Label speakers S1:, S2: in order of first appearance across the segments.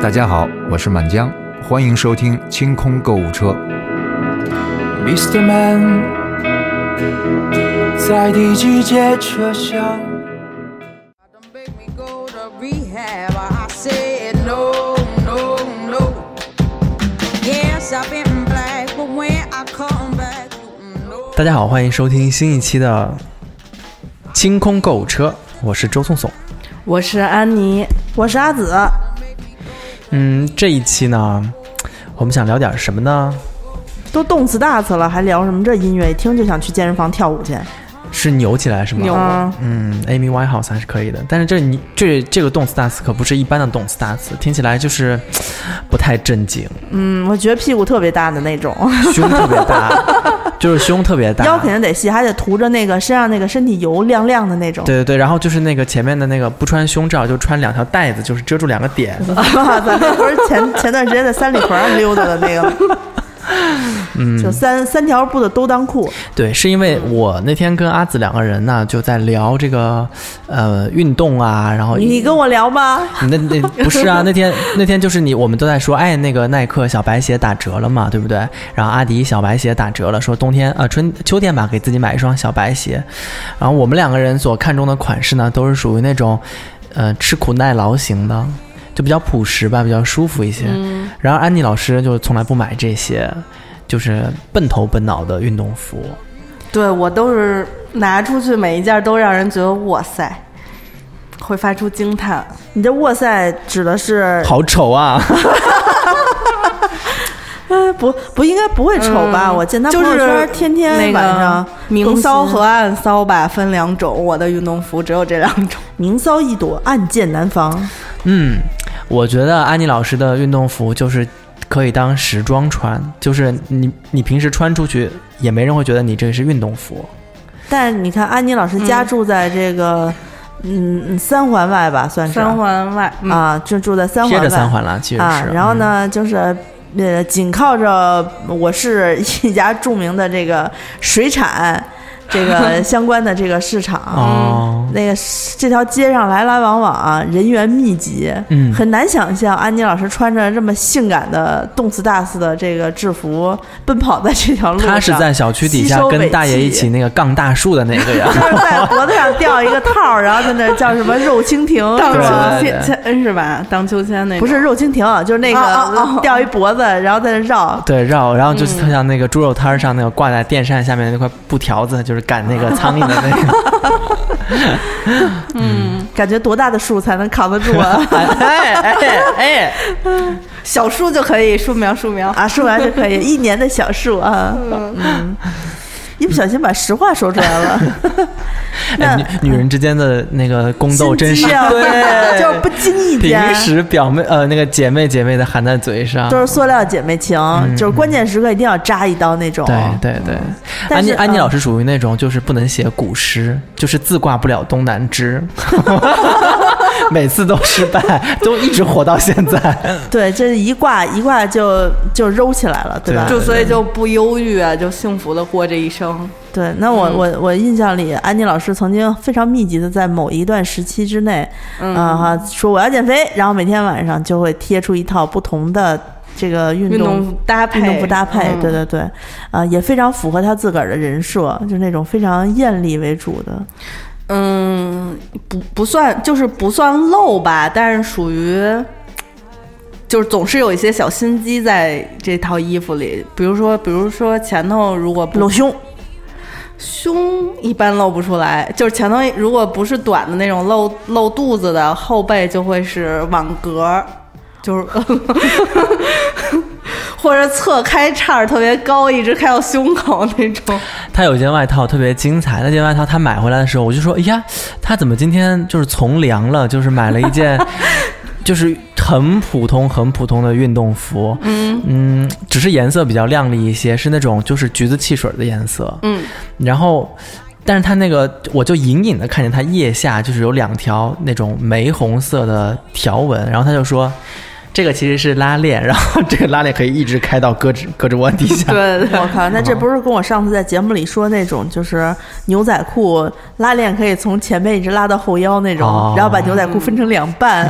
S1: 大家好，我是满江，欢迎收听清空购物车。
S2: Mr. Man，在第几节车厢？
S3: Don't make me go to rehab. I said no, no, no. Yes, I've been black, but when I come back, you know.
S4: 大家好，欢迎收听新一期的清空购物车，我是周颂颂。
S5: 我是安妮，我是阿紫。
S4: 嗯，这一期呢，我们想聊点什么呢？
S5: 都动次打次了，还聊什么这音乐？一听就想去健身房跳舞去。
S4: 是扭起来是吗？
S5: 嗯，
S4: 嗯，Amy Winehouse 还是可以的，但是这你这这个动次打次可不是一般的动次打次，听起来就是不太正经，
S5: 嗯，我觉得屁股特别大的那 种，
S4: 胸特别大，就是胸特别大，
S5: 腰肯定得细，还得涂着那个身上那个身体油亮亮的那种。
S4: 对对对，然后就是那个前面的那个不穿胸罩，就穿两条带子，就是遮住两个点，
S5: 哇塞，那不是前前段时间在三里屯上溜达的那个 吗，
S6: 嗯
S5: 就三三条布的兜裆裤，
S4: 对，是因为我那天跟阿紫两个人呢，就在聊这个，呃，运动啊，然后
S6: 哎
S5: 你跟我聊吧。
S4: 那那不是啊，那天那天就是你，我们都在说，哎，那个耐克小白鞋打折了嘛，对不对？然后阿迪小白鞋打折了，说冬天啊、呃春秋天吧，给自己买一双小白鞋。然后我们两个人所看中的款式呢，都是属于那种，呃，吃苦耐劳型的。就比较朴实吧，比较舒服一些。然后安妮老师就从来不买这些，就是笨头笨脑的运动服。
S6: 对我都是拿出去每一件都让人觉得哇塞，会发出惊叹。
S5: 你这哇塞指的是
S4: 好丑 啊！
S5: 不不应该不会丑吧？我见他
S6: 嗯就
S5: 朋友
S6: 是
S5: 圈天天晚上
S6: 明骚
S5: 更新
S6: 和暗骚吧，分两种。我的运动服只有这两种。
S5: 明骚易躲，暗箭难防。
S4: 嗯，我觉得安妮老师的运动服就是可以当时装穿，就是你你平时穿出去也没人会觉得你这是运动服。
S5: 但你看，安妮老师家
S6: 嗯
S5: 住在这个，嗯，嗯三环外吧，算是
S6: 三环外、嗯、
S5: 啊，就住在三环
S4: 贴
S5: 外，
S4: 着三环了，其实是。嗯
S5: 啊。然后呢，就是呃，紧靠着我市一家著名的这个水产这个相关的这个市场。
S4: 嗯？ 哦，
S5: 那个是这条街上来来往往、啊，人员密集，
S4: 嗯
S5: 很难想象安妮老师穿着这么性感的动次大次的这个制服奔跑在这条路上。
S4: 哦他是在小区底
S5: 吸
S4: 下
S5: 收
S4: 跟
S5: 尾
S4: 大爷一
S5: 气
S4: 起 那个杠大树的那个呀。
S5: 就是在脖子上吊一个套儿，然后在那叫什么肉蜻蜓，
S6: 荡
S4: 对
S6: 秋
S4: 对
S6: 千千是吧？荡秋千那种
S5: 不是肉蜻蜓，啊就是那
S6: 哦哦
S5: 个
S6: 哦
S5: 吊一脖子，然后在那绕。
S4: 对，绕，然后就是
S5: 嗯
S4: 特像那个猪肉摊儿上那个挂在电扇下面的那块布条子，就是赶那个苍蝇的那 个。
S5: 感觉多大的树才能扛得住啊？
S4: 哎哎哎！
S6: 小树就可以树苗树苗。
S5: 啊，树完就可 以，一年的小树啊，嗯，一不小心把实话说出来了，
S4: 哎，女女人之间的 那个宫斗真是
S5: 心机啊
S4: 对，
S5: 就是不经意间
S4: 平。时表妹呃那个姐妹姐妹的含在嘴上，
S5: 都是塑料姐妹情，就是关键时刻一定要扎一刀那种。
S4: 嗯对对对。
S5: 哦但
S4: 安妮
S5: 是
S4: 安妮
S5: 嗯
S4: 老师属于那种就是不能写古诗，就是自挂不了东南枝， 每次都失败，都一直活到现在。
S5: 对，这一挂一挂就就揉起来了，对吧？
S6: 就所以就不忧郁啊，就幸福的过这一生。
S5: 对，那
S6: 嗯
S5: 我、我我印象里，安妮老师曾经非常密集的在某一段时期之内，嗯、哈，说我要减肥，然后每天晚上就会贴出一套不同的这个运
S6: 运
S5: 动
S6: 动搭配
S5: 运动不搭配，
S6: 嗯
S5: 对对对，啊、也非常符合她自个儿的人设，就是那种非常艳丽为主的，
S6: 嗯，不不算，就是不算露吧，但是属于，就是总是有一些小心机在这套衣服里。比如说，比如说前头如果不
S5: 露胸，
S6: 胸一般露不出来，就是前头如果不是短的那种露露肚子的，后背就会是网格，就是 或者侧开叉儿特别高，一直开到胸口那种。
S4: 她有一件外套特别精彩，那件外套她哎买回来的时候，我就说，哎呀，她怎么今天就是从良了，就是买了一 件。就是很普通、很普通的运动服，嗯只是颜色比较亮丽一些，是那种就是橘子汽水的颜色，
S6: 嗯，
S4: 然后，但是他那个，我就隐隐的看见他腋下就是有两条那种玫红色的条纹，然后他就说：“这个其实是拉链，然后这个拉链可以一直开到胳肢胳肢窝底下。
S6: 对对
S5: 我靠，那这不是跟我上次在节目里说那种，就是牛仔裤拉链可以从前面一直拉到后腰那种，
S4: 哦
S5: 然后把牛仔裤分成两半，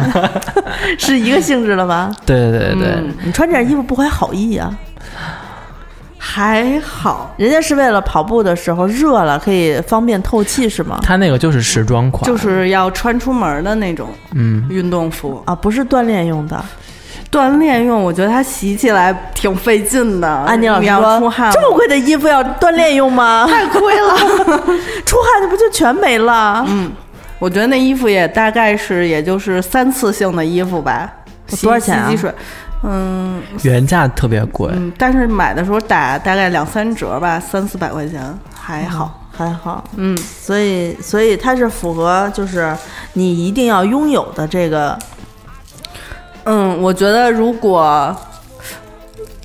S5: 是一个性质的吗？
S4: 对嗯对对对对，
S5: 你穿这件衣服不怀好意啊！
S6: 还好，
S5: 人家是为了跑步的时候热了可以方便透气是吗？
S4: 它那个就是时装款，
S6: 就是要穿出门的那种
S4: 嗯，
S6: 运动服。
S5: 啊，不是锻炼用的。
S6: 锻炼用，我觉得它洗起来挺费劲的。
S5: 安妮老
S6: 你
S5: 师
S6: 要
S5: 说
S6: 出汗，
S5: 这么贵的衣服要锻炼用吗？
S6: 太亏了。
S5: 出汗那不就全没了？
S6: 嗯我觉得那衣服也大概是，也就是三次性的衣服吧。洗
S5: 多少钱啊
S6: 洗洗水，嗯
S4: 原价特别贵，
S6: 嗯，但是买的时候打大概两三折吧，三四百块钱还好。
S5: 还好，
S6: 嗯，
S5: 所以所以它是符合就是你一定要拥有的这个
S6: 嗯，我觉得如果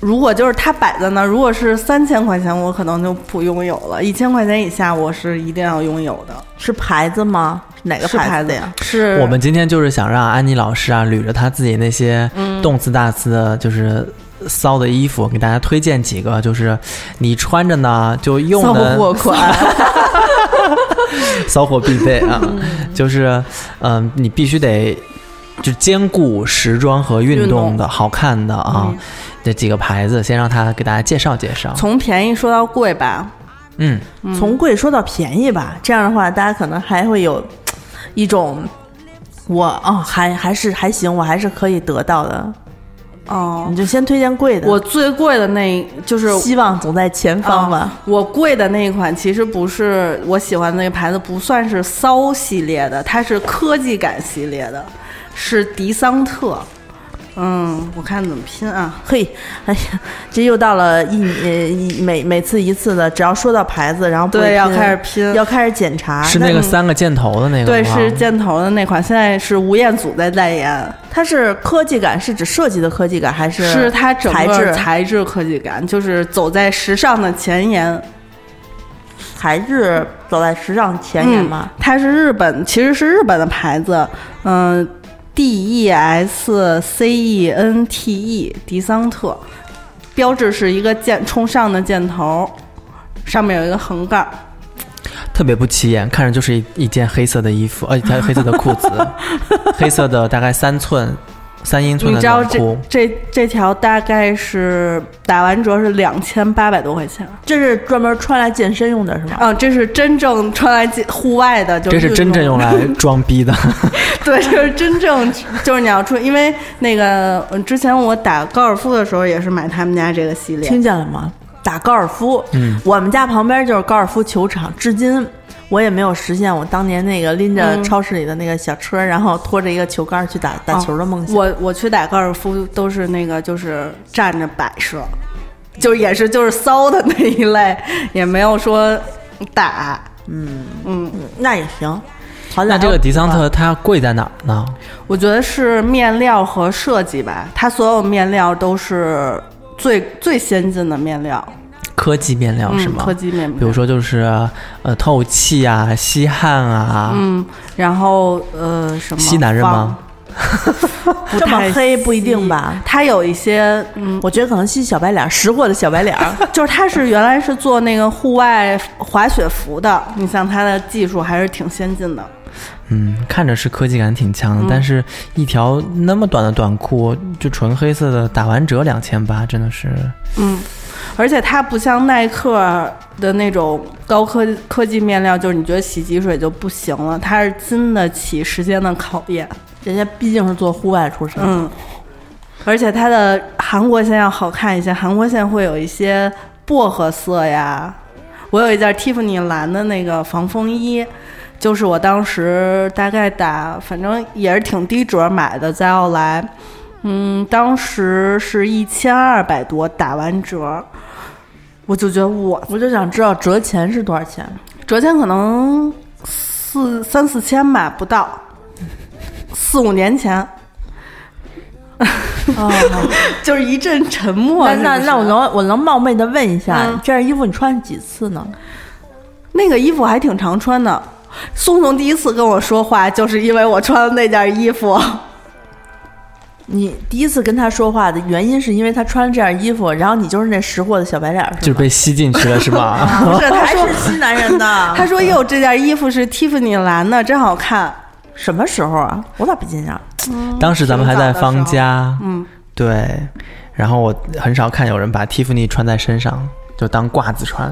S6: 如果就是它摆在那儿，如果是三千块钱，我可能就不拥有了。一千块钱以下，我是一定要拥有的。
S5: 是牌子吗？哪个
S6: 是
S5: 牌
S6: 牌
S5: 子的呀？？
S6: 是
S4: 我们今天就是想让安妮老师啊，捋着她自己那些
S6: 嗯
S4: 动次大次的，就是骚的衣服，给大家推荐几个，就是你穿着呢就用的
S5: 货款，
S4: 骚货必备 啊，就是嗯、你必须得就兼顾时装和运动
S6: 运
S4: 的好看的啊。这几个牌子，先让他给大家介绍介绍。
S6: 嗯从便宜说到贵吧，
S4: 嗯，
S5: 从贵说到便宜吧，这样的话大家可能还会有一种我哦，还还是还行，我还是可以得到的。
S6: 哦
S5: 你，就先推荐贵的，
S6: 我最贵的那就是
S5: 希望总在前方吧。
S6: 啊我贵的那一款其实不是我喜欢的那个牌子，不算是骚系列的，它是科技感系列的，是迪桑特。嗯，我看怎么拼啊？
S5: 嘿，哎呀，这又到了一呃一每每次一次的，只要说到牌子，然后不会
S6: 对要
S5: 拼
S6: 开始拼
S5: 要开始检查。
S4: 是
S5: 那
S4: 那个三个箭头的那个
S6: 啊对，
S4: 吗
S6: 是箭头的那款，现在是吴彦祖在代言，
S5: 它是科技感，是指设计的科技感，还是
S6: 是它整
S5: 材
S6: 个
S5: 质
S6: 材质科技感，就是走在时尚的前沿。
S5: 材质走在时尚前沿
S6: 嗯
S5: 嘛？，
S6: 它是日本，其实是日本的牌子，嗯、d E S C E N T E 迪桑特，标志是一个箭冲上的箭头，上面有一个横杠，
S4: 特别不起眼，看着就是一一件黑色的衣服，呃，一条黑色的裤 子，黑色的大概三寸、三英寸
S6: 你
S4: 的
S6: 知道
S4: 短
S6: 这
S4: 裤，
S6: 这这条大概是打完折是两千八百多块钱，
S5: 这是专门穿来健身用的是吗？
S6: 嗯，这是真正穿来进户外的，就
S4: 这是真正用来装逼的。
S6: 对，就是真正就是你要出，因为那个嗯之前我打高尔夫的时候也是买他们家这个系列，
S5: 听见了吗？打高尔夫，
S4: 嗯
S5: 我们家旁边就是高尔夫球场，至今我也没有实现我当年那个拎着
S6: 嗯
S5: 超市里的那个小车，然后拖着一个球杆去打打球的梦想。
S6: 哦我我去打高尔夫都是那个就是站着摆设，就也是就是骚的那一类，也没有说打。
S5: 那也行，好
S4: 那
S5: 歹哦
S4: 这
S5: 还
S4: 个
S5: 有
S4: 迪桑
S6: 啊
S4: 特它贵在哪儿呢？
S6: 我觉得是面料和设计吧，它所有面料都是最最先进的面料，
S4: 科技面料
S6: 嗯
S4: 哦是吗？
S6: 科技面料。
S4: 比如，说就是呃透气啊、吸汗啊，
S6: 嗯，然后呃什么？
S4: 吸男人 吗？
S6: 不
S5: 这么
S6: 太
S5: 黑不一定吧
S6: 吸它有一些嗯，
S5: 我觉得可能吸小白脸儿，识货的小白脸 儿。
S6: 就是他是原来是做那个户外滑雪服的，你像他的技术还是挺先进的。
S4: 嗯，看着是科技感挺强
S6: 嗯
S4: 的，但是一条那么短的短裤，就纯黑色的，打完折两千八，真的是
S6: 而且它不像耐克的那种高科科技面料，就是你觉得洗几水就不行了，它是经得起时间的考验。
S5: 人家毕竟是做户外出身，
S6: 嗯，而且它的韩国线要好看一些，韩国线会有一些薄荷色呀。我有一件蒂芙尼蓝的那个防风衣，就是我当时大概打，反正也是挺低折买的，在奥莱，嗯，当时是一千二百多，打完折，我就觉得我
S5: 我就想知道折钱是多少钱。
S6: 折钱可能四三四千吧，不到，四五年前。 就是一阵沉默。
S5: 哦 那
S6: 是
S5: 那
S6: 不是
S5: 那我能我能冒昧的问一下，
S6: 嗯
S5: 这件衣服你穿了几次呢？
S6: 那个衣服还挺常穿的。
S5: 哦
S6: 松松第一次跟我说话，就是因为我穿了那件衣服。
S5: 你第一次跟他说话的原因是因为他穿了这件衣服，然后你就是那识货的小白脸儿，是吗？
S4: 就是被吸进去了是 吧？
S6: 不是，他
S5: 还
S6: 说
S5: 是新男人 呢？
S6: 他说哟，这件衣服是蒂芙尼蓝的，真好看。
S5: 什么时候啊？我咋不印象？
S4: 当时咱们还在方家，
S6: 嗯，
S4: 对，然后我很少看有人把 Tiffany 穿在身上，就当褂子穿。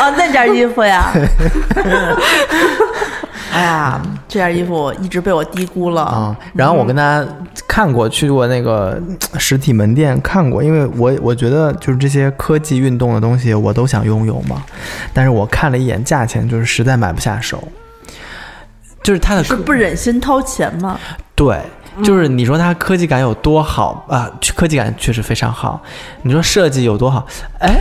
S5: 哦，那件衣服 呀。哎呀，这件衣服一直被我低估了。
S4: 啊、然后我跟他看过，去过那个呃实体门店看过，因为我我觉得就是这些科技运动的东西我都想拥有嘛，但是我看了一眼价钱，就是实在买不下手，就是它的
S5: 是
S4: 科
S5: 不忍心掏钱吗？
S4: 对，就是你说它科技感有多好
S5: 嗯
S4: 啊？科技感确实非常好，你说设计有多好？哎，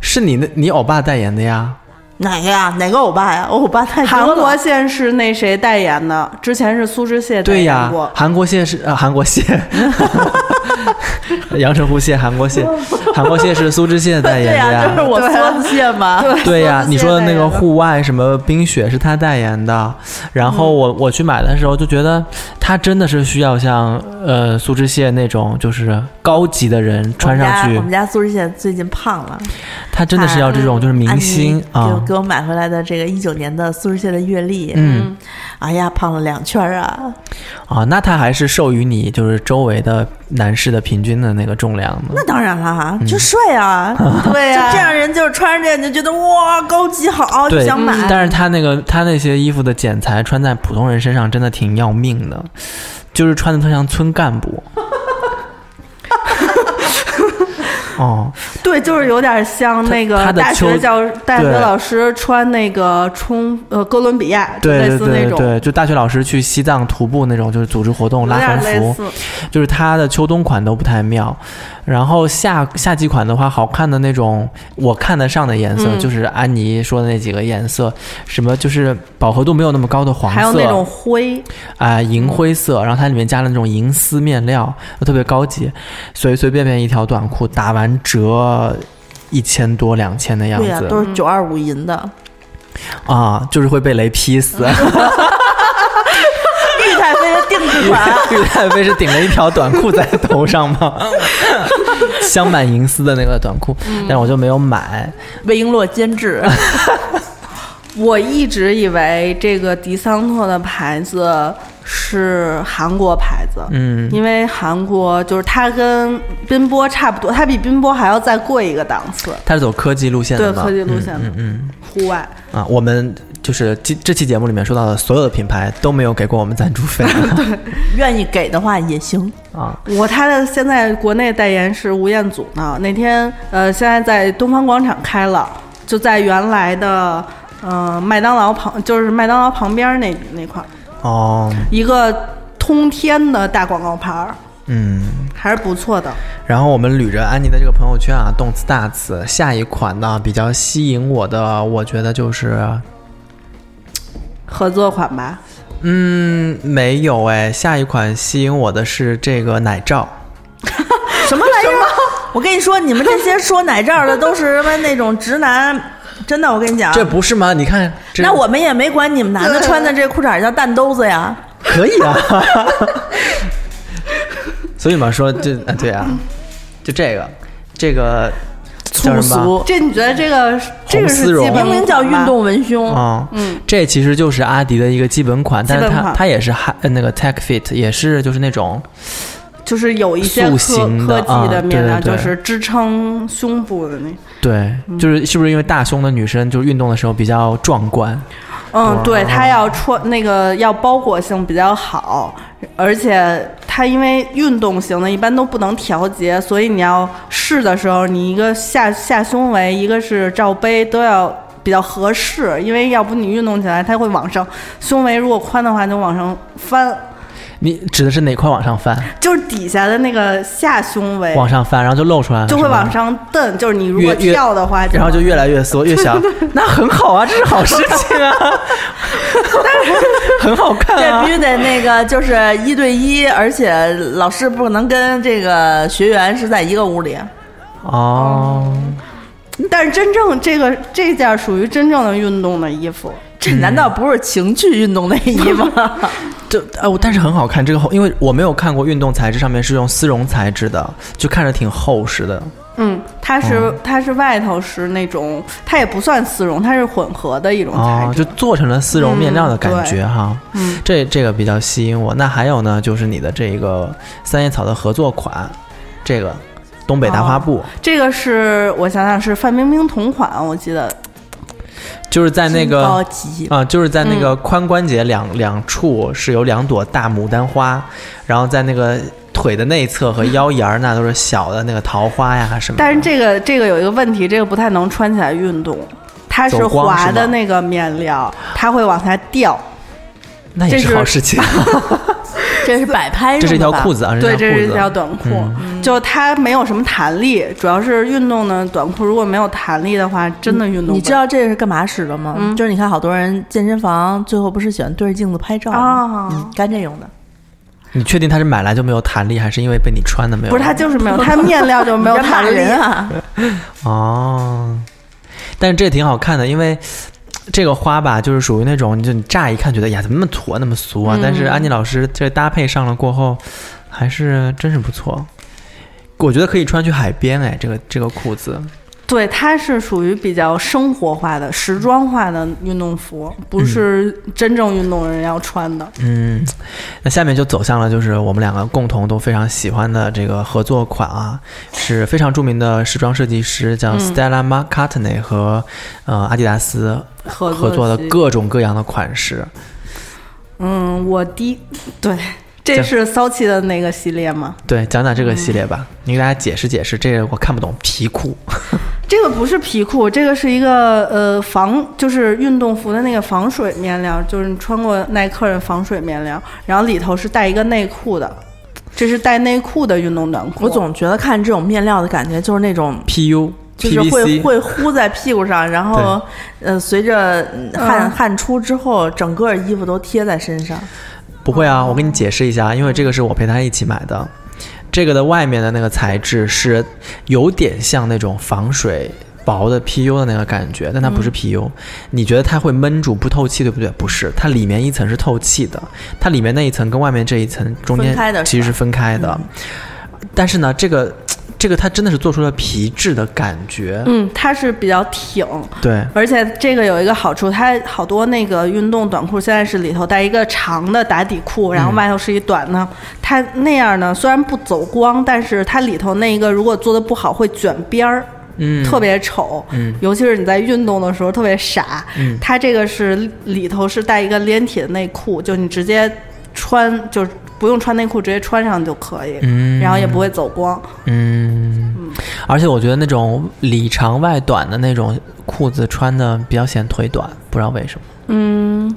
S4: 是你那你欧巴代言的呀？
S5: 哪个呀？哪个欧巴呀？我欧巴太多
S6: 韩
S5: 了
S6: 国现是那谁代言的？之前是苏志燮代
S4: 对
S6: 言
S4: 呀
S6: 过，。
S4: 韩国蟹是呃韩国 蟹，阳澄湖蟹，韩国 蟹，韩国蟹是苏志燮代言
S5: 对
S4: 的
S5: 呀，就是我
S6: 啊
S5: 梭子蟹嘛。
S4: 对呀、你说的那个
S6: 户。
S4: 户外什么冰雪是他代言的，然
S5: 嗯
S4: 后我我去买的时候就觉得他真的是需要像呃苏志燮那种就是高级的人穿上
S5: 我们家
S4: 去
S5: 我，们家苏志燮最近胖了，
S4: 他真的是要这种就是明星
S5: 安妮
S4: 啊
S5: 给，给我买回来的这个一九年的苏志燮的月历，
S4: 嗯
S5: 哎呀，胖了两圈儿啊！
S4: 啊，那他还是授予你就是周围的男士的平均的那个重量的。
S5: 那当然了哈，
S4: 嗯
S5: 就帅 啊，
S6: 对呀
S5: 就这样人就是穿上这你就觉得哇，高级好，就
S4: 对，
S5: 想
S6: 嗯
S5: 买。
S4: 但是他那个他那些衣服的剪裁穿在普通人身上真的挺要命的，就是穿的特像村干 部。哦，
S6: 对，就是有点像那
S4: 他
S6: 个
S4: 的
S6: 大
S4: 秋
S6: 学教大学
S4: 对
S6: 老师穿那个冲呃哥伦比亚，就
S4: 对
S6: 类
S4: 对
S6: 似那
S4: 对
S6: 种，
S4: 对，就大学老师去西藏徒步那种，就是组织活动
S6: 有
S4: 拉
S6: 点
S4: 横
S6: 类
S4: 幅，
S6: 似。
S4: 就是它的秋冬款都不太妙。然后夏夏季款的话，好看的那种我看得上的颜色，
S6: 嗯
S4: 就是安妮说的那几个颜色，什么就是饱和度没有那么高的黄色，
S6: 还有那种灰，
S4: 啊、银灰色，然后它里面加了那种银丝面料，特别高级，随随便便一条短裤打完折一千多两千的样
S5: 对呀、
S6: 啊
S4: 子
S6: 嗯
S5: 都是九二五银的，
S4: 啊、就是会被雷劈 死。
S5: 玉太妃的定 制 款。
S4: 玉太妃是顶了一条短裤在头上 吗？镶满银丝的那个短裤，
S6: 嗯
S4: 但是我就没有买。
S5: 魏璎珞监制，
S6: 我一直以为这个迪桑特的牌子是韩国牌子，
S4: 嗯
S6: 因为韩国就是它跟宾波差不多，它比宾波还要再贵一个档次，
S4: 它是走科技路线
S6: 对
S4: 的吗？
S6: 科技路线的，嗯，户外，
S4: 啊，我们就是这这期节目里面说到的所有的品牌都没有给过我们赞助费
S5: 愿意给的话也行。
S4: 啊。
S6: 我他的现在国内代言是吴彦祖呢，那天呃现在在东方广场开了，就在原来的呃麦当劳旁，就是麦当劳旁边那那块儿
S4: 哦，
S6: 一个通天的大广告牌儿，
S4: 嗯。
S6: 还是不错的。
S4: 然后我们捋着安妮的这个朋友圈啊，动词大词，下一款呢比较吸引我的，我觉得就是，
S6: 合作款吧，
S4: 嗯，没有哎，下一款吸引我的是这个奶罩，
S5: 什么玩意儿？我跟你说，你们这些说奶罩的都是什么那种直男，真的，我跟你讲。
S4: 这不是吗？你看，这
S5: 那我们也没管你们男的穿的这裤衩叫蛋兜子呀，
S4: 可以啊， 所以嘛，说这啊对啊，就这个，这个叫
S5: 粗
S4: 什么？啊
S5: 俗，
S6: 这你觉得这个这个是
S4: 丝
S6: 基
S4: 绒
S6: 本款
S5: 明
S6: 吧
S5: 明叫运动文胸，
S4: 啊，嗯，这其实就是阿迪的一个基本款，但是
S6: 基本
S4: 它
S6: 款
S4: 它也是哈呃那个 Tech Fit，也是就是那种
S6: 就是有一些
S4: 塑
S6: 科
S4: 形的
S6: 科技
S4: 啊
S6: 的面料，
S4: 对对对
S6: 就是支撑胸部的那。
S4: 对，就是是不是因为大胸的女生就是运动的时候比较壮观？
S6: 嗯，对，它要穿那个要包裹性比较好，而且它因为运动型的一般都不能调节，所以你要试的时候，你一个下下胸围，一个是罩杯都要比较合适，因为要不你运动起来它会往上，胸围如果宽的话就往上翻，
S4: 你指的是哪块往上翻？
S6: 就是底下的那个下胸围
S4: 往上翻，然后就露出来了，
S6: 就会
S4: 啊是吗
S6: 往，上蹬，就是你如果
S4: 越越
S6: 跳的话，
S4: 然后 就越来越缩越小，那很好啊，这是好事情啊，很好看
S5: 这
S4: 啊
S5: 必。须得那个就是一对一，而且老师不能跟这个学员是在一个屋里。
S4: 哦，
S6: 但是真正这个这件属于真正的运动的衣服，
S5: 这难道不是情趣运动内衣吗？
S4: 就呃，但是很好看。这个厚，因为我没有看过运动材质，上面是用丝绒材质的，就看着挺厚实的。
S6: 嗯，它是、它是外头是那种，它也不算丝绒，它是混合的一种材
S4: 哦，
S6: 质。
S4: 就做成了丝绒面料的感觉、
S6: 嗯
S4: 哈。嗯，这这个比较吸引我。那还有呢，就是你的这个三叶草的合作款，这个东北大花布，
S6: 这个是我想想是范冰冰同款，我记得
S4: 就是在那个
S5: 高级
S4: 啊、就是在那
S6: 嗯
S4: 个髋关节两、两处是有两朵大牡丹花，然后在那个腿的内侧和腰沿儿那都是小的那个桃花呀什么的。
S6: 但是这个这个有一个问题，这个不太能穿起来运动，它是
S4: 走光是
S6: 滑
S4: 吗
S6: 的那个面料，它会往下掉。
S4: 那也
S6: 这
S4: 是
S6: 是
S4: 好事 情，
S5: 这是摆拍，
S4: 这是一条裤。子啊，
S6: 哎
S4: 嗯
S6: 对，这
S4: 是
S6: 是
S4: 一
S6: 一条短裤，嗯就它没有什么弹力，主要是运动的短裤如果没有弹力的话，真的运动不了。
S5: 你知道这是干嘛使的吗？就是你看好多人健身房最后不是喜欢对着镜子拍照吗
S6: 啊？
S5: 嗯，干这用的。
S4: 你确定它是买来就没有弹力，还是因为被你穿的没有？
S6: 不是它就是没有，它面料就没 有
S5: 你在骂
S6: 弹力。
S5: 人啊！
S4: 哦，但是这挺好看的，因为这个花吧，就是属于那种，就你乍一看觉得呀，怎么那么土啊，那么俗
S6: 嗯
S4: 啊？但是安妮老师这搭配上了过后，还是真是不错。我觉得可以穿去海边，哎，这个这个裤子，
S6: 对，它是属于比较生活化的、时装化的运动服，不是真正运动人要穿的。
S4: 嗯，那下面就走向了就是我们两个共同都非常喜欢的这个合作款啊，是非常著名的时装设计师
S5: 嗯
S4: 叫 Stella McCartney 和、呃阿迪达斯
S6: 合
S4: 合作的
S6: 系
S4: 各种各样的款式，
S6: 嗯，我第对，
S4: 这
S6: 这是骚气的那个系列吗？
S4: 对，讲讲这个
S5: 嗯
S4: 系列吧，你给大家解释解释，这个我看不懂皮裤，
S6: 这个不是皮裤，这个是一个呃防，就是运动服的那个防水面料，就是你穿过耐克的防水面料，然后里头是带一个内裤的，这是带内裤的运动短裤。
S5: 我总觉得看这种面料的感觉就是那种
S4: PU、
S5: 就是会
S4: PVC，
S5: 会糊在屁股上，然后呃，随着嗯汗、汗出之后，整个衣服都贴在身上。
S4: 不会啊，我给你解释一下，因为这个是我陪他一起买的，这个的外面的那个材质是有点像那种防水。薄的 PU 的那个感觉，但它不是 PU，、你觉得它会闷住不透气，对不对？不是，它里面一层是透气的，它里面那一层跟外面这一层中间
S5: 分开的是吧
S4: 其实是分开的。但是呢，这个这个它真的是做出了皮质的感觉，
S6: 嗯，它是比较挺，
S4: 对，
S6: 而且这个有一个好处，它好多那个运动短裤现在是里头带一个长的打底裤，然后外头是一短的。它那样呢，虽然不走光，但是它里头那一个如果做的不好会卷边儿。
S4: 嗯，
S6: 特别丑，
S4: 嗯
S6: 尤其是你在运动的时候特别傻。它这个是里头是带一个连体的内裤，就你直接穿，就是不用穿内裤，直接穿上就可以，然后也不会走光。
S4: 嗯，而且我觉得那种里长外短的那种裤子穿的比较显腿短，不知道为什么。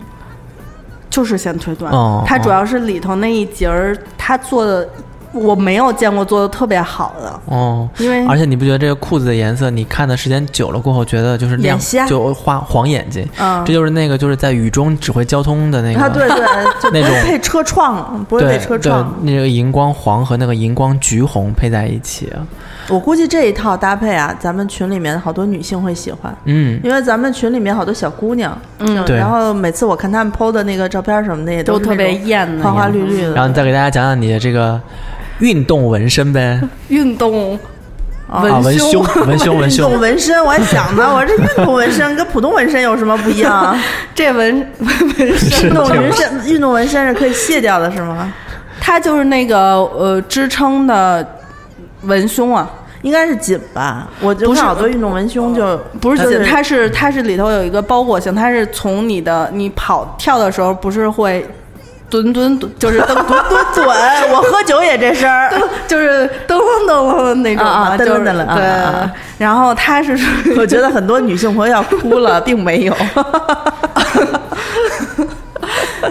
S6: 就是显腿短。
S4: 哦
S6: 它主要是里头那一节儿，它做的我没有见过做的特别好的，
S4: 哦，
S6: 因
S5: 哎
S6: 为
S4: 而且你不觉得这个裤子的颜色，你看的时间久了过后，觉得就是亮
S5: 眼瞎，
S4: 就花黄眼睛。
S6: 嗯
S4: 这就是那个就是在雨中指挥交通的那个，
S5: 啊，对对，就不
S4: 那种
S5: 会配车窗，不会
S4: 对
S5: 配车
S4: 对
S5: 窗。，
S4: 那个荧光黄和那个荧光橘红配在一起。啊
S5: 我估计这一套搭配啊，咱们群里面好多女性会喜欢，
S4: 嗯，
S5: 因为咱们群里面好多小姑娘，嗯
S4: 对
S5: 然后每次我看她们 PO 的那个照片什么的，也
S6: 都
S5: 是
S6: 特别
S5: 那种
S6: 艳的
S5: 花花绿绿的。
S4: 嗯然后你再给大家讲讲你的这个运动纹身呗，
S6: 运动
S4: 啊，
S6: 文
S4: 文胸
S6: 胸。，
S4: 文胸，文
S5: 运动
S4: 胸。
S5: 纹身，我还想呢，我说这运动纹身跟普通纹身有什么不一样 啊？
S6: 这纹纹身
S5: 运动纹身，运动纹身是可以卸掉的，是吗？
S6: 它就是那个呃支撑的文胸啊，
S5: 应该是紧吧？我就
S6: 不是
S5: 看好多运动文胸就
S6: 不是
S5: 就
S6: 紧，它是它是里头有一个包裹性，它是从你的你跑跳的时候不是会蹲蹲蹲，就是蹬
S5: 滚 滚滚，我喝酒也这身儿，
S6: 就是噔噔噔噔的那种
S5: 啊啊
S6: 嘛就是
S5: 噔噔噔噔啊
S6: 对
S5: 啊啊。
S6: 然后它是属于
S5: 我觉得很多女性朋友要哭了，并没有。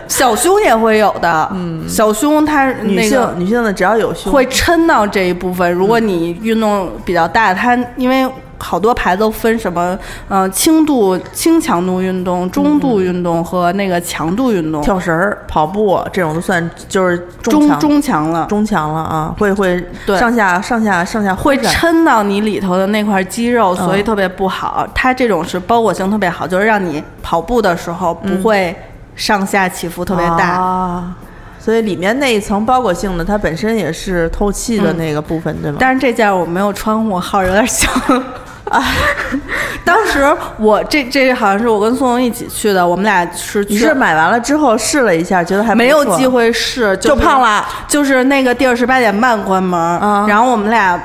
S6: 小胸也会有的，嗯，小胸它
S5: 女
S6: 那
S5: 性、
S6: 个
S5: 女性的只要有胸，
S6: 会抻到这一部分。如果你运动比较大，它因为好多牌子都分什么，呃，轻度、轻强度运动、中度运动和那个强度运动，
S5: 跳绳儿、跑步这种都算就是中
S6: 中
S5: 强
S6: 中强了，
S5: 中强了啊，会会
S6: 对
S5: 上下上下上下
S6: 会
S5: 挥展。
S6: 抻到你里头的那块肌肉，
S5: 嗯
S6: 所以特别不好。它这种是包裹性特别好，就是让你跑步的时候不
S5: 嗯
S6: 会上下起伏特别大。
S5: 啊，所以里面那一层包裹性的，它本身也是透气的那个部分，对吗？
S6: 嗯但是这件我没有穿，我号儿有点小。 啊，当时我这这好像是我跟宋冬一起去的，我们俩是去
S5: 你是买完了之后试了一下，觉得还不
S6: 没有
S5: 错
S6: 机，会试，
S5: 就是胖了。
S6: 就是那个店十八点半关门，
S5: 嗯
S6: 然后我们俩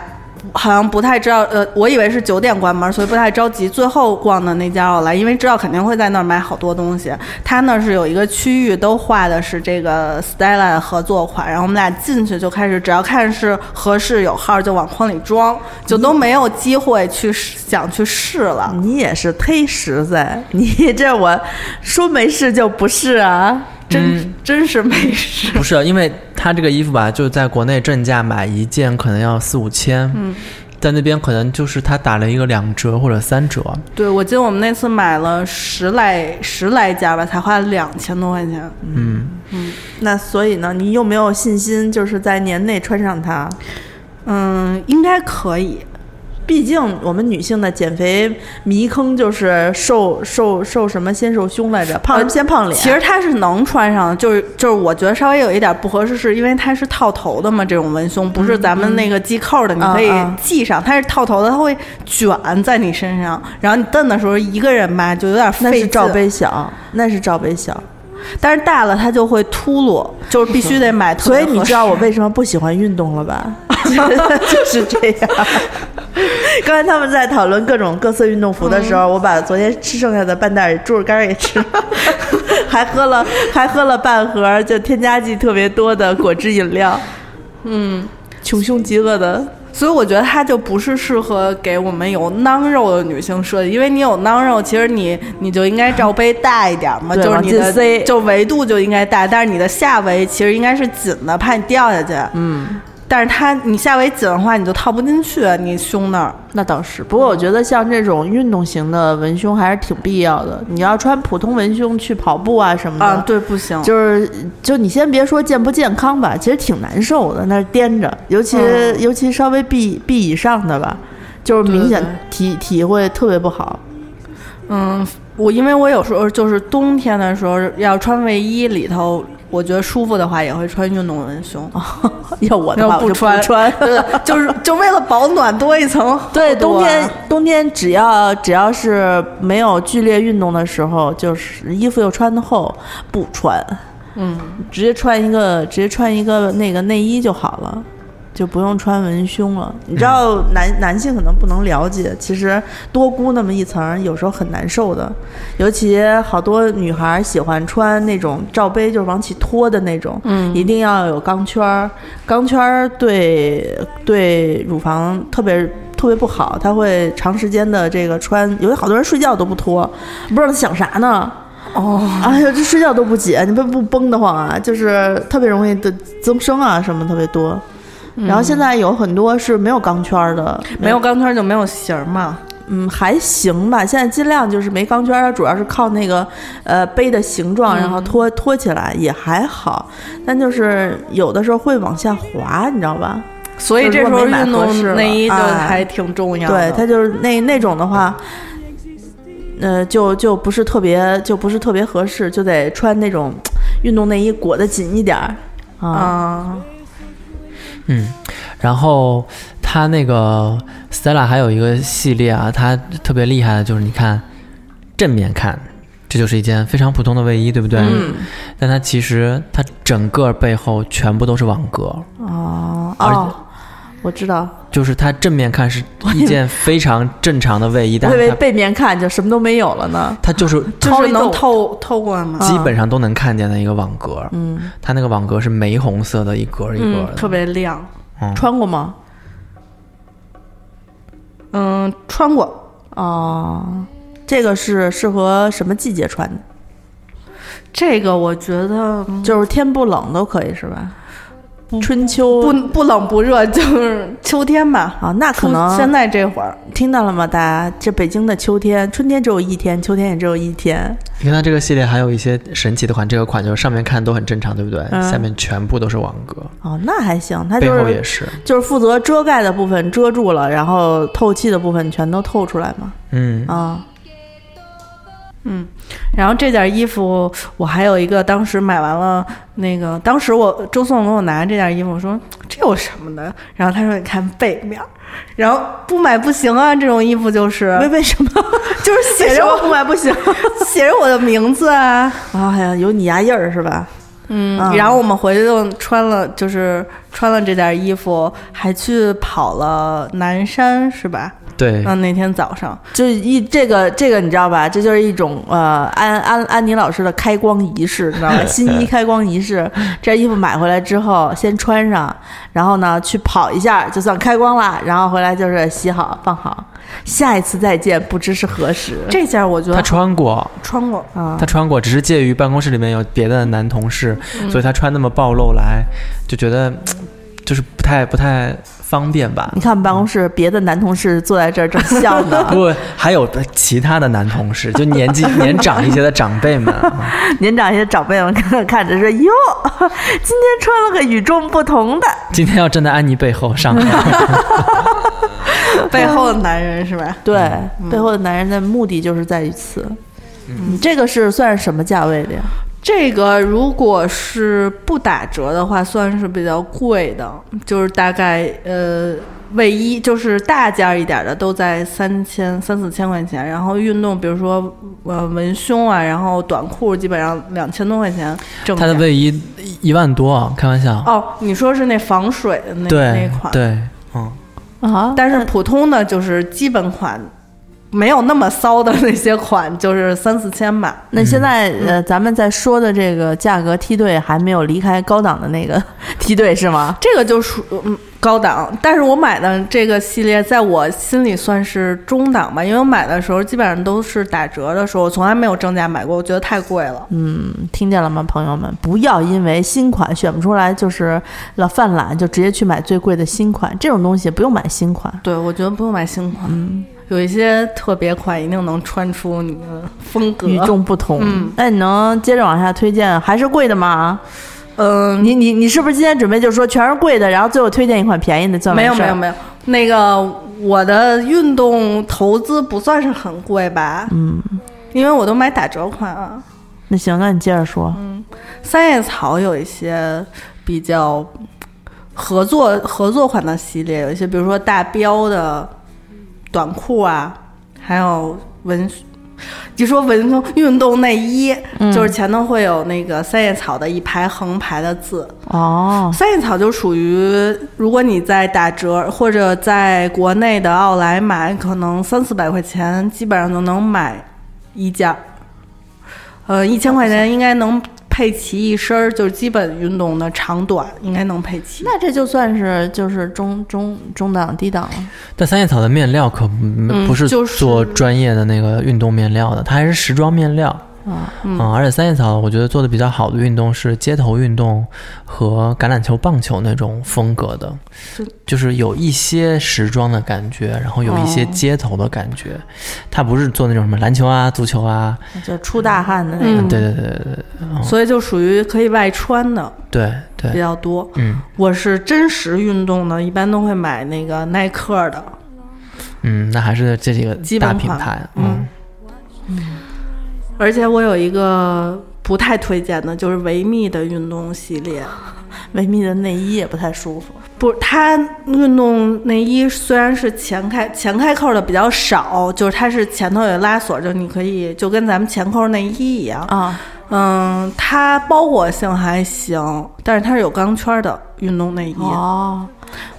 S6: 好像不太知道，呃，我以为是九点关门，所以不太着急。最后逛的那家奥莱，因为知道肯定会在那儿买好多东西，他那儿是有一个区域都画的是这个 Stella 合作款，然后我们俩进去就开始，只要看是合适有号就往筐里装，就都没有机会去试想去试了。
S5: 你也是忒实在，你这我说没事就不是啊。
S6: 真、真是没 试。
S4: 不是，因为它这个衣服吧，就在国内正价买一件可能要四五千，嗯，在那边可能就是它打了一个两折或者三折，
S6: 对，我记得我们那次买了十来十来家吧，才花了两千多块钱。
S5: 那所以呢，你有没有信心，就是在年内穿上它？
S6: 嗯，应该可以。
S5: 毕竟我们女性的减肥迷坑就是瘦瘦瘦什么先瘦胸来着，胖什么先胖脸。
S6: 呃其实它是能穿上的，就是就是我觉得稍微有一点不合适，是因为它是套头的嘛，这种文胸不
S5: 嗯
S6: 是咱们那个系扣的，你可以
S5: 嗯嗯
S6: 系上，它是套头的，它会卷在你身上，然后你蹬的时候一个人吧就有点
S5: 嗯那
S6: 费
S5: 是
S6: 劲
S5: 罩，杯小，那是罩杯小。
S6: 但是大了它就会秃噜，就是必须得买特
S5: 所
S6: 别合
S5: 以
S6: 适。
S5: 你知道我为什么不喜欢运动了吧？ 就是这样。刚才他们在讨论各种各色运动服的时候，我把昨天吃剩下的半袋猪肉干儿也吃了， 还喝了还喝了半盒就添加剂特别多的果汁饮料。嗯，穷凶极恶的
S6: 所以我觉得它就不是适合给我们有囊肉的女性设计，因为你有囊肉，其实你你就应该罩杯大一点嘛，
S5: 对
S6: 就是
S5: 往
S6: 你
S5: 进
S6: 的
S5: 塞
S6: 就维度就应该大，但是你的下围其实应该是紧的，怕你掉下去。嗯，但是它你下围紧的话，你就套不进去，你胸那儿。
S5: 那倒是，不过我觉得像这种运动型的文胸还是挺必要的。你要穿普通文胸去跑步啊什么的，
S6: 啊，对，不行。
S5: 就是就你先别说健不健康吧，其实挺难受的，那儿颠着，尤其、尤其稍微 B B 以上的吧，就是明显
S6: 对对
S5: 体体会特别不好。
S6: 嗯，我因为我有时候就是冬天的时候要穿卫衣，里头我觉得舒服的话，也会穿运动文胸。
S5: 要我的
S6: 要
S5: 话，我就
S6: 穿，。
S5: 穿
S6: 对就是就为了保暖多一 层。
S5: 对，
S6: 厚度
S5: 冬
S6: 啊
S5: 天冬天只要只要是没有剧烈运动的时候，就是衣服又穿的厚，不穿，嗯，直接穿一个直接穿一个那个内衣就好了。就不用穿文胸了，你知道男、男性可能不能了解，其实多箍那么一层儿有时候很难受的，尤其好多女孩儿喜欢穿那种罩杯，就是往起拖的那种，嗯，一定要有钢圈儿，钢圈儿对对乳房特别特别不好，它会长时间的这个穿，有好多人睡觉都不脱，不知道他想啥呢。哦，哎呀，这睡觉都不解，你不不崩得慌啊？就是特别容易的增生啊，什么特别多。然后现在有很多是没有钢圈儿的，
S6: 嗯没有钢圈就没有型儿嘛。
S5: 嗯，还行吧。现在尽量就是没钢圈儿，它主要是靠那个呃杯的形状，然
S6: 嗯
S5: 后托托起来也还好。但就是有的时候会往下滑，你知道吧？
S6: 所以这时
S5: 如果
S6: 候
S5: 没买
S6: 运
S5: 合适
S6: 动
S5: 了
S6: 内衣就
S5: 哎
S6: 还挺重要
S5: 对
S6: 的。，
S5: 它就是那那种的话，呃，就就不是特别就不是特别合适，就得穿那种运动内衣裹得紧一点儿啊。
S6: 啊，
S4: 嗯，然后它那个 Stella 还有一个系列啊，它特别厉害的就是你看正面看，这就是一件非常普通的卫衣，对不对？嗯。但它其实它整个背后全部都是网格，
S5: 哦
S4: 而
S5: 哦，我知道，
S4: 就是它正面看是一 件非常正常的卫衣，但
S5: 我以
S4: 是
S5: 为
S4: 它
S5: 背面看就什么都没有了呢。
S4: 它就是
S6: 就是能透透过吗？
S4: 基本上都能看见的一个网格。嗯。它那个网格是玫红色的，一格一格
S6: 嗯
S4: 的，，
S6: 特别亮。
S5: 穿过吗？
S6: 嗯，穿过
S5: 哦，这个是适合什么季节穿的？
S6: 这个，我觉得
S5: 就是天不冷都可以是吧？春秋
S6: 不不冷不热，就是秋天吧。
S5: 啊，那可能
S6: 现在这会儿，
S5: 听到了吗？大家，这北京的秋天，春天只有一天，秋天也只有一天。
S4: 你看它这个系列还有一些神奇的款，这个款就是上面看都很正常，对不对？
S5: 嗯
S4: 下面全部都是网格，
S5: 哦，那还行，它
S4: 背
S5: 就
S4: 后也
S5: 是
S4: 是，嗯
S5: 就是负责遮盖的部分遮住了，然后透气的部分全都透出来嘛。
S4: 嗯，
S5: 啊，
S6: 然后这件衣服我还有一个，当时买完了那个，当时我周颂给我拿这件衣服，我说这有什么的？然后他说你看背面儿，然后不买不行啊，这种衣服就是
S5: 为为什么？
S6: 就是写着我
S5: 不买不行
S6: 写着我的名字啊，
S5: 啊？哎呀，有你牙印儿是吧？
S6: 嗯
S5: 嗯
S6: 然后我们回去就穿了，就是穿了这件衣服，还去跑了南山，是吧？
S4: 对，
S6: 嗯，那天早上，
S5: 就是一这个这个你知道吧？这就是一种呃安安安妮老师的开光仪式，你知道吧？新衣开光仪式，这衣服买回来之后先穿上，然后呢去跑一下就算开光啦，然后回来就是洗好放好，下一次再见不知是何时。
S6: 这件我觉
S4: 他
S6: 得
S4: 穿过，
S6: 穿过，
S5: 啊
S4: 他，穿过，只是介于办公室里面有别的男同事，所以他穿那么暴露来，就觉得就是不太不太方便吧
S5: 你。看我们办公室别的男同事坐在这儿正笑 呢，
S4: 不，还有其他的男同事，就年纪年长一些的长辈们，啊
S5: 年长一些长辈们看看着说：“哟，今天穿了个与众不同的。
S4: 今天要站在安妮背后上台。
S6: 背后的男人是吧？
S5: 对，背后的男人的目的就是在于此。你这个是算是什么价位的呀？
S6: 这个如果是不打折的话，算是比较贵的，就是大概呃卫衣，就是大件儿一点儿的都在三千三四千块钱，然后运动，比如说呃文胸啊，然后短裤基本上两千多块钱正
S4: 他的
S6: 价
S4: 卫衣一万多啊，开玩笑。
S6: 哦，你说是那防水的那
S4: 对
S6: 那款，
S4: 对，嗯，
S5: 啊，
S6: 但是普通的就是基本款，没有那么骚的那些款，就是三四千吧。
S5: 那现在、呃，咱们在说的这个价格梯队还没有离开高档的那个 梯队是吗？
S6: 这个就属嗯高档，但是我买的这个系列，在我心里算是中档吧，因为我买的时候基本上都是打折的时候，我从来没有正价买过，我觉得太贵了。
S5: 嗯听见了吗，朋友们？不要因为新款选不出来就是老犯懒，就直接去买最贵的新款。这种东西不用买新款，
S6: 对，我觉得不用买新款，
S5: 嗯
S6: 有一些特别款一定能穿出你的风格。
S5: 与众不同。
S6: 嗯
S5: 那你能接着往下推荐？还是贵的吗？
S6: 嗯，
S5: 你你你是不是今天准备就说全是贵的，然后最后推荐一款便宜的算完
S6: 没有
S5: 事儿
S6: 没有没有，那个我的运动投资不算是很贵吧？嗯，因为我都买打折款啊。
S5: 那行，那你接着说。
S6: 三叶草有一些比较合作合作款的系列，有一些比如说大标的短裤啊，还有文，一说文胸运动内衣，就是前头会有那个三叶草的一排横排的字。
S5: 哦，
S6: 三叶草就属于，如果你在打折或者在国内的奥莱买，可能三四百块钱基本上就能买一件儿。呃，一千块钱应该能配齐一身儿，就是基本运动的长短应该能配齐。
S5: 那这就算是就是中中中档低档了。
S4: 但三叶草的面料可不不是
S6: 就是
S4: 做专业的那个运动面料的，它还是时装面料。
S5: 啊
S4: 嗯，而且三叶草我觉得做的比较好的运动是街头运动和橄榄球、棒球那种风格的，就是有一些时装的感觉，然后有一
S6: 哦
S4: 些街头的感觉。它不是做那种什么篮球啊、足球啊，
S5: 就出大汗的那个。
S6: 嗯
S4: 对对对对对
S6: 所以就属于可以外穿的
S4: 对对
S6: 比
S4: 对，
S6: 较多。
S4: 嗯
S6: 我是真实运动的，一般都会买那个耐克的。
S4: 嗯，那还是这几个
S6: 基本
S4: 大
S6: 款
S4: 品牌，
S6: 嗯而且我有一个不太推荐的，就是维密的运动系列。
S5: 维密的内衣也不太舒服。
S6: 不，它运动内衣虽然是前开前开扣的比较少，就是它是前头有拉锁，就你可以就跟咱们前扣内衣一样。
S5: 啊，
S6: 嗯，它包裹性还行，但是它是有钢圈的运动内衣，
S5: 哦，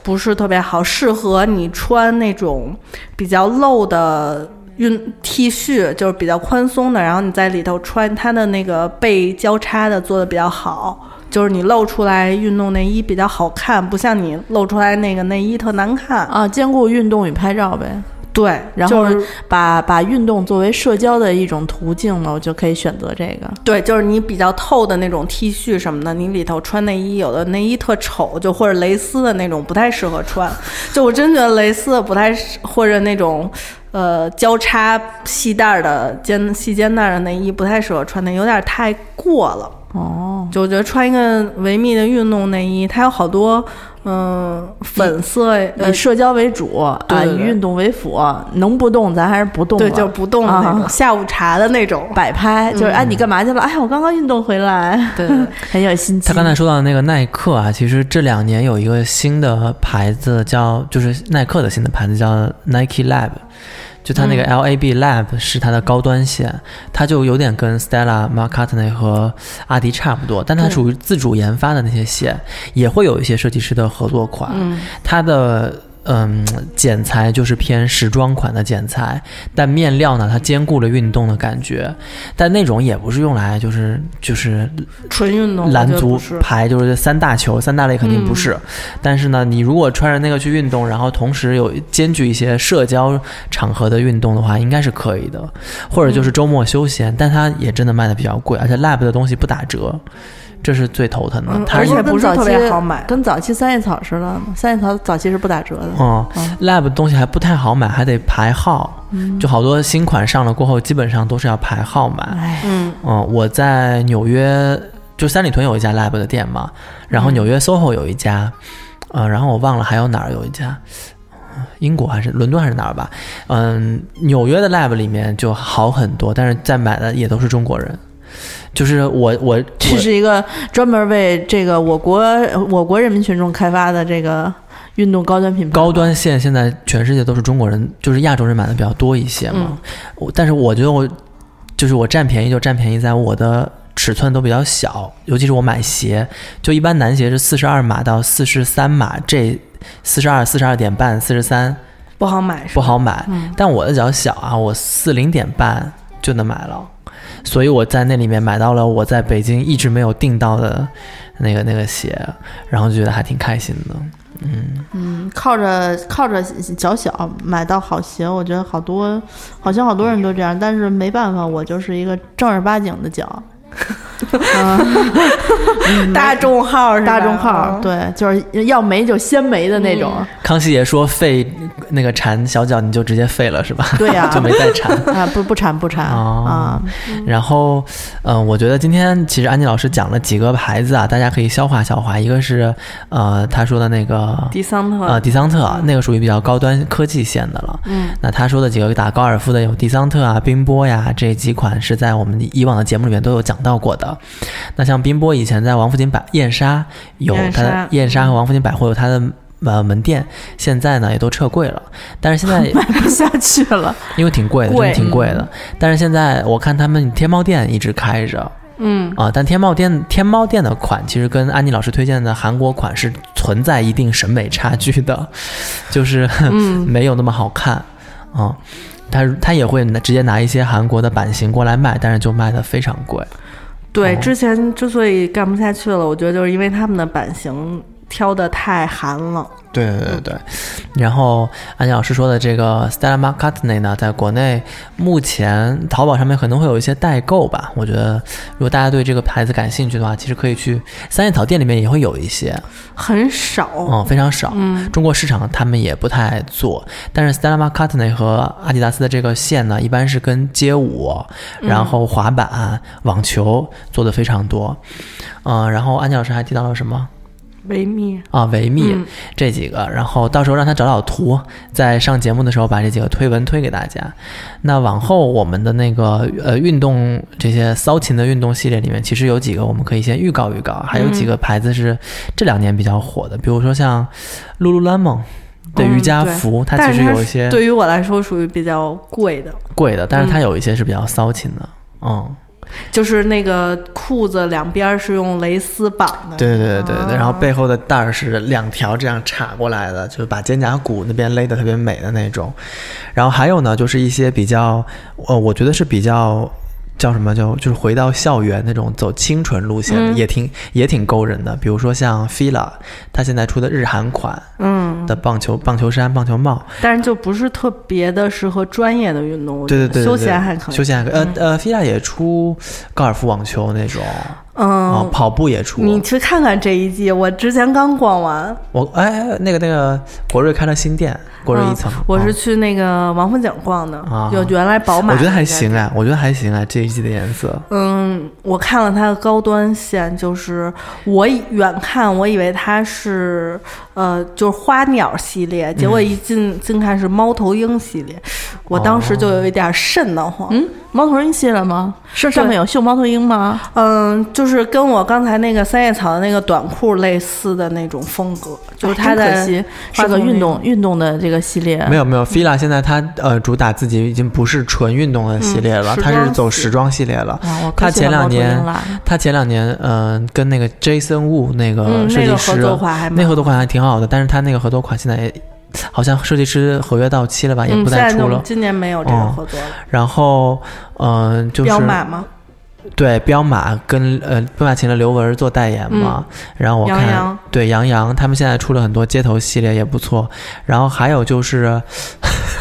S6: 不是特别好，适合你穿那种比较露的。运 T 恤就是比较宽松的，然后你在里头穿它的那个背交叉的做的比较好，就是你露出来运动内衣比较好看，不像你露出来那个内衣特难看。
S5: 啊，兼顾运动与拍照呗。对，然
S6: 就
S5: 后
S6: 是
S5: 把把运动作为社交的一种途径了，我就可以选择这个。
S6: 对，就是你比较透的那种 T 恤什么的，你里头穿内衣，有的内衣特丑，就或者蕾丝的那种不太适合穿。就我真觉得蕾丝的不太适，或者那种呃交叉细带儿的肩细肩带儿的内衣不太适合穿的，有点太过了。
S5: 哦，
S6: 就我觉得穿一个维密的运动内衣，它有好多嗯、粉色呃
S5: 以社交为主
S6: 对
S5: 啊，
S6: 对
S5: 以
S6: 对
S5: 运动为辅，能不动咱还是不动吧。
S6: 对就不动的那种、
S5: 啊
S6: 下午茶的那种。
S5: 摆拍，就是哎，你干嘛去了？哎，我刚刚运动回来，
S6: 对对对
S5: 很有心机。
S4: 他刚才说到的那个耐克啊，其实这两年有一个新的牌子叫，就是耐克的新的牌子叫 Nike Lab，就它那
S5: 嗯
S4: 个 LAB Lab 是它的高端线，它就有点跟 Stella McCartney 和阿迪差不多，但它属于自主研发的那些鞋，也会有一些设计师的合作款，它的。嗯，剪裁就是偏时装款的剪裁，但面料呢，它兼顾了运动的感觉，但那种也不是用来就是就是
S6: 纯运动，我
S4: 蓝
S6: 觉得
S4: 足
S6: 不是嗯
S4: 牌就是三大球，三大类肯定不是。但是呢，你如果穿着那个去运动，然后同时有兼具一些社交场合的运动的话，应该是可以的。或者
S6: 嗯
S4: 就是周末休闲，但它也真的卖的比较贵，而且 Lab 的东西不打折，这是最头疼的。
S6: 嗯
S4: 它
S6: 而且
S5: 跟
S6: 不是
S5: 早
S6: 特别
S5: 期
S6: 好买
S5: 跟早期三叶草似的，三叶草早期是不打折的。
S4: 嗯，Lab 的东西还不太好买，还得排号，就好多新款上了过后，基本上都是要排号买。
S5: 哎，
S6: 嗯
S4: 嗯，我在纽约，就三里屯有一家 Lab 的店嘛，然后纽约 SOHO 有一家，嗯、然后我忘了还有哪儿有一家，呃英国还是伦敦还是哪儿吧，嗯，纽约的 Lab 里面就好很多，但是在买的也都是中国人，就是我我
S5: 这是一个专门为这个我国我国人民群众开发的这个运动高端品牌。
S4: 高端线现在全世界都是中国人，就是亚洲人买的比较多一些嘛。我但是我觉得我就是我占便宜就占便宜在我的尺寸都比较小，尤其是我买鞋，就一般男鞋是四十二码到四十三码这。四十二、四十二点半、四十三
S6: 不好买是吧
S4: 不好买，但我的脚小啊，我四零点半就能买了，所以我在那里面买到了我在北京一直没有订到的那个那个鞋，然后就觉得还挺开心的。
S5: 靠着靠着脚小买到好鞋，我觉得好多好像好多人都这样，但是没办法，我就是一个正儿八经的脚，
S6: 大众号是吧
S5: 大众号，
S6: 嗯
S5: 对，就是要没就先没的那种。
S4: 康熙爷说废那个缠小脚，你就直接废了是吧？
S5: 对呀
S4: 就没再缠。
S5: 啊，不不馋不馋
S4: 哦
S5: 啊！
S4: 然后，嗯、我觉得今天其实安妮老师讲了几个牌子啊，大家可以消化消化。一个是呃，她说的那个
S6: 迪桑特
S5: 啊
S4: 呃，迪桑特那个属于比较高端科技线的了。嗯，那他说的几个打高尔夫的有迪桑特啊、冰波呀这几款是在我们以往的节目里面都有讲到过的。那像冰波以前在王府井百燕莎有
S6: 燕
S4: 它的
S6: 莎
S4: 燕莎和王府井百货有它的。呃，门店现在呢也都撤柜了，但是现在
S5: 不下去了，
S4: 因为挺贵的，真的
S5: 贵
S4: 挺贵的。但是现在我看他们天猫店一直开着，嗯啊，但天猫店天猫店的款其实跟安妮老师推荐的韩国款是存在一定审美差距的，就是、 没有那么好看啊。他他也会拿直接拿一些韩国的版型过来卖，但是就卖的非常贵。
S6: 对，
S4: 哦
S6: 之前之所以干不下去了，我觉得就是因为他们的版型挑的太韩了。
S4: 对对对对，然后安妮老师说的这个 Stella McCartney 呢，在国内目前淘宝上面可能会有一些代购吧。我觉得，如果大家对这个牌子感兴趣的话，其实可以去三叶草店里面也会有一些，
S6: 很少，
S4: 嗯，非常少。中国市场他们也不太做，但是 Stella McCartney 和阿迪达斯的这个线呢，一般是跟街舞、然后滑板、网球做的非常多。嗯，然后安妮老师还提到了什么？
S6: 维密
S4: 啊、维密、
S6: 嗯
S4: 这几个，然后到时候让他找找图，在上节目的时候把这几个推文推给大家。那往后我们的那个呃运动这些骚琴的运动系列里面，其实有几个我们可以先预告预告，还有几
S6: 嗯
S4: 个牌子是这两年比较火的，比如说像 lululemon 的
S6: 嗯
S4: 瑜伽
S6: 对
S4: 服，它
S6: 但
S4: 其实
S6: 是它
S4: 有一
S6: 是
S4: 些
S6: 对嗯于我来说属于比较贵的，
S4: 贵的，但是它有一些是比较骚琴的，嗯。
S6: 就是那个裤子两边是用蕾丝绑的。
S4: 对对对对
S6: 啊
S4: 对，然后背后的带儿是两条这样插过来的，就是把肩胛骨那边勒得特别美的那种。然后还有呢，就是一些比较，呃，我觉得是比较叫什么？就就是回到校园那种走清纯路线
S6: 嗯
S4: 的，也挺也挺勾人的。比如说像 fila，它现在出的日韩款，嗯，的棒球棒球衫、棒球帽，
S6: 但是就不是特别的适合专业的运动，我觉
S4: 对对
S6: 得
S4: 对对对，
S6: 休闲还可以，嗯
S4: 休闲还可以。呃呃，fila 也出高尔夫、网球那种，啊
S6: 嗯，
S4: 跑步也出。
S6: 你去看看这一季，我之前刚逛完，
S4: 我哎哎那个那个国瑞开了新店，国瑞一层，
S6: 嗯我
S4: 啊
S6: 是去那个王府井逛的
S4: 啊，
S6: 就原来宝马，
S4: 我觉得还行。哎，我觉得还行哎，这一季的颜色，
S6: 嗯，我看了它的高端线，就是我以远看我以为它是呃就是花鸟系列，结果一进、近看是猫头鹰系列，我当时就有一点瘆得慌。
S4: 哦
S6: 嗯
S5: 猫头鹰系了吗？是上面有绣猫头鹰吗？
S6: 嗯就是跟我刚才那个三叶草的那个短裤类似的那种风格，就是它
S5: 太
S4: 哎
S6: 的
S5: 哎可惜
S6: 画
S5: 是个
S6: 风那
S5: 运
S6: 种
S5: 动运动的这个系列，
S4: 没有没有，fila 现在它呃主打自己已经不是纯运动的系列了，
S6: 嗯时
S4: 它是
S6: 装
S4: 走
S6: 系
S4: 时装系列了
S5: 啊我。可
S4: 它
S5: 喜
S4: 前
S5: 欢
S4: 两
S5: 猫头
S4: 年
S5: 鹰了，
S4: 它前两年嗯、呃跟那个 Jason Wu 那个
S6: 嗯
S4: 设
S6: 那
S4: 计
S6: 个
S4: 师，啊
S6: 合作款还蛮
S4: 那合作款还挺好的，但是它那个合作款现在也好像设计师合约到期了吧，也
S6: 嗯，
S4: 不
S6: 现
S4: 再
S6: 在
S4: 出
S6: 就
S4: 了。
S6: 今年没有这个
S4: 嗯
S6: 合作了，
S4: 然后嗯、呃就是
S6: 彪马吗？
S4: 对，彪马跟呃彪马请了刘雯做代言嘛，然后我看
S6: 嗯杨洋
S4: 对杨洋他们现在出了很多街头系列也不错，然后还有就是，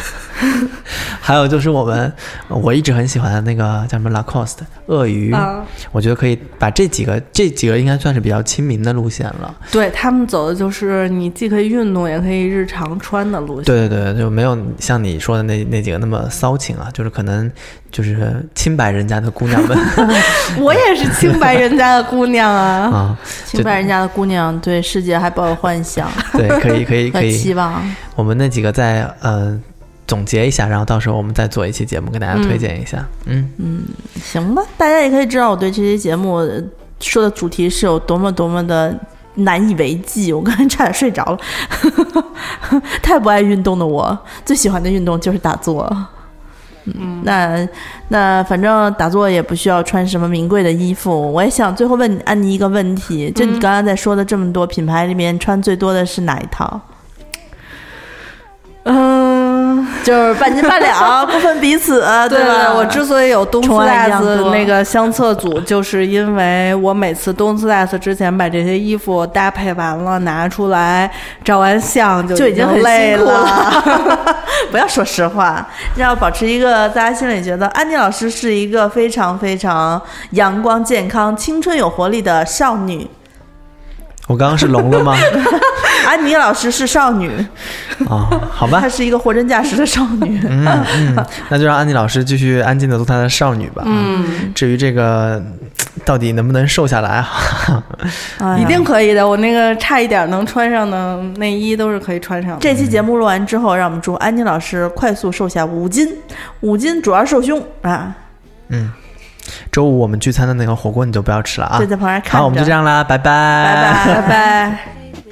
S4: 还有就是我们我一直很喜欢的那个叫什么 Lacoste 鳄鱼，
S6: 啊
S4: 我觉得可以把这几个这几个应该算是比较亲民的路线了，
S6: 对他们走的就是你既可以运动，也可以日常穿的路线。
S4: 对对对，就没有像你说的那那几个那么骚情啊，就是可能就是清白人家的姑 娘们
S6: 我也是清白人家的姑娘 啊，
S4: 啊，
S5: 清白人家的姑娘对世界还抱有幻想
S4: 对，可以可以
S5: 和
S4: 可以。
S5: 期望。
S4: 我们那几个再呃总结一下，然后到时候我们再做一期节目给大家推荐一下。嗯，
S5: 行吧，大家也可以知道我对这期节目呃说的主题是有多么多么的难以为继。我刚才差点睡着了， 太不爱运动的我，最喜欢的运动就是打坐。嗯，那那反正打坐也不需要穿什么名贵的衣服。我也想最后问安妮一个问题，就你刚刚在说的这么多品牌里面，穿最多的是哪一套？
S6: 嗯，
S5: 就是半斤八两， 不分彼此，
S6: 对
S5: 吧？
S6: 我之所以有东
S5: 宠
S6: 四
S5: 爱一
S6: 大
S5: 样
S6: 子
S5: 多
S6: 那个相册组，就是因为我每次东四大子之前把这些衣服搭配完了拿出来照完相就
S5: 就已
S6: 已
S5: 经很
S6: 累
S5: 辛苦
S6: 了。
S5: 不要说实话，要保持一个大家心里觉得安妮老师是一个非常非
S6: 嗯
S5: 常阳光、健康、青春有活力的少女。
S4: 我刚刚是聋 了吗？
S5: 安妮老师是少女，
S4: 啊、好吧
S5: 她，是一个货真价实的少女。
S4: 嗯嗯，那就让安妮老师继续安静的做她的少女吧。嗯，至于这个到底能不能瘦下来啊？
S5: 哎
S6: 一
S5: 呀
S6: 定可以的，我那个差一点能穿上的内衣都是可以穿上的。
S5: 这期节目录完之后，让我们祝安妮老师快速瘦下五斤，五斤主要是瘦胸啊！
S4: 周五我们聚餐的那个火锅你就不要吃了啊
S5: 就。在旁边看着。
S4: 好，我们就这样啦，拜拜，
S5: 拜
S6: 拜拜。
S3: Baby,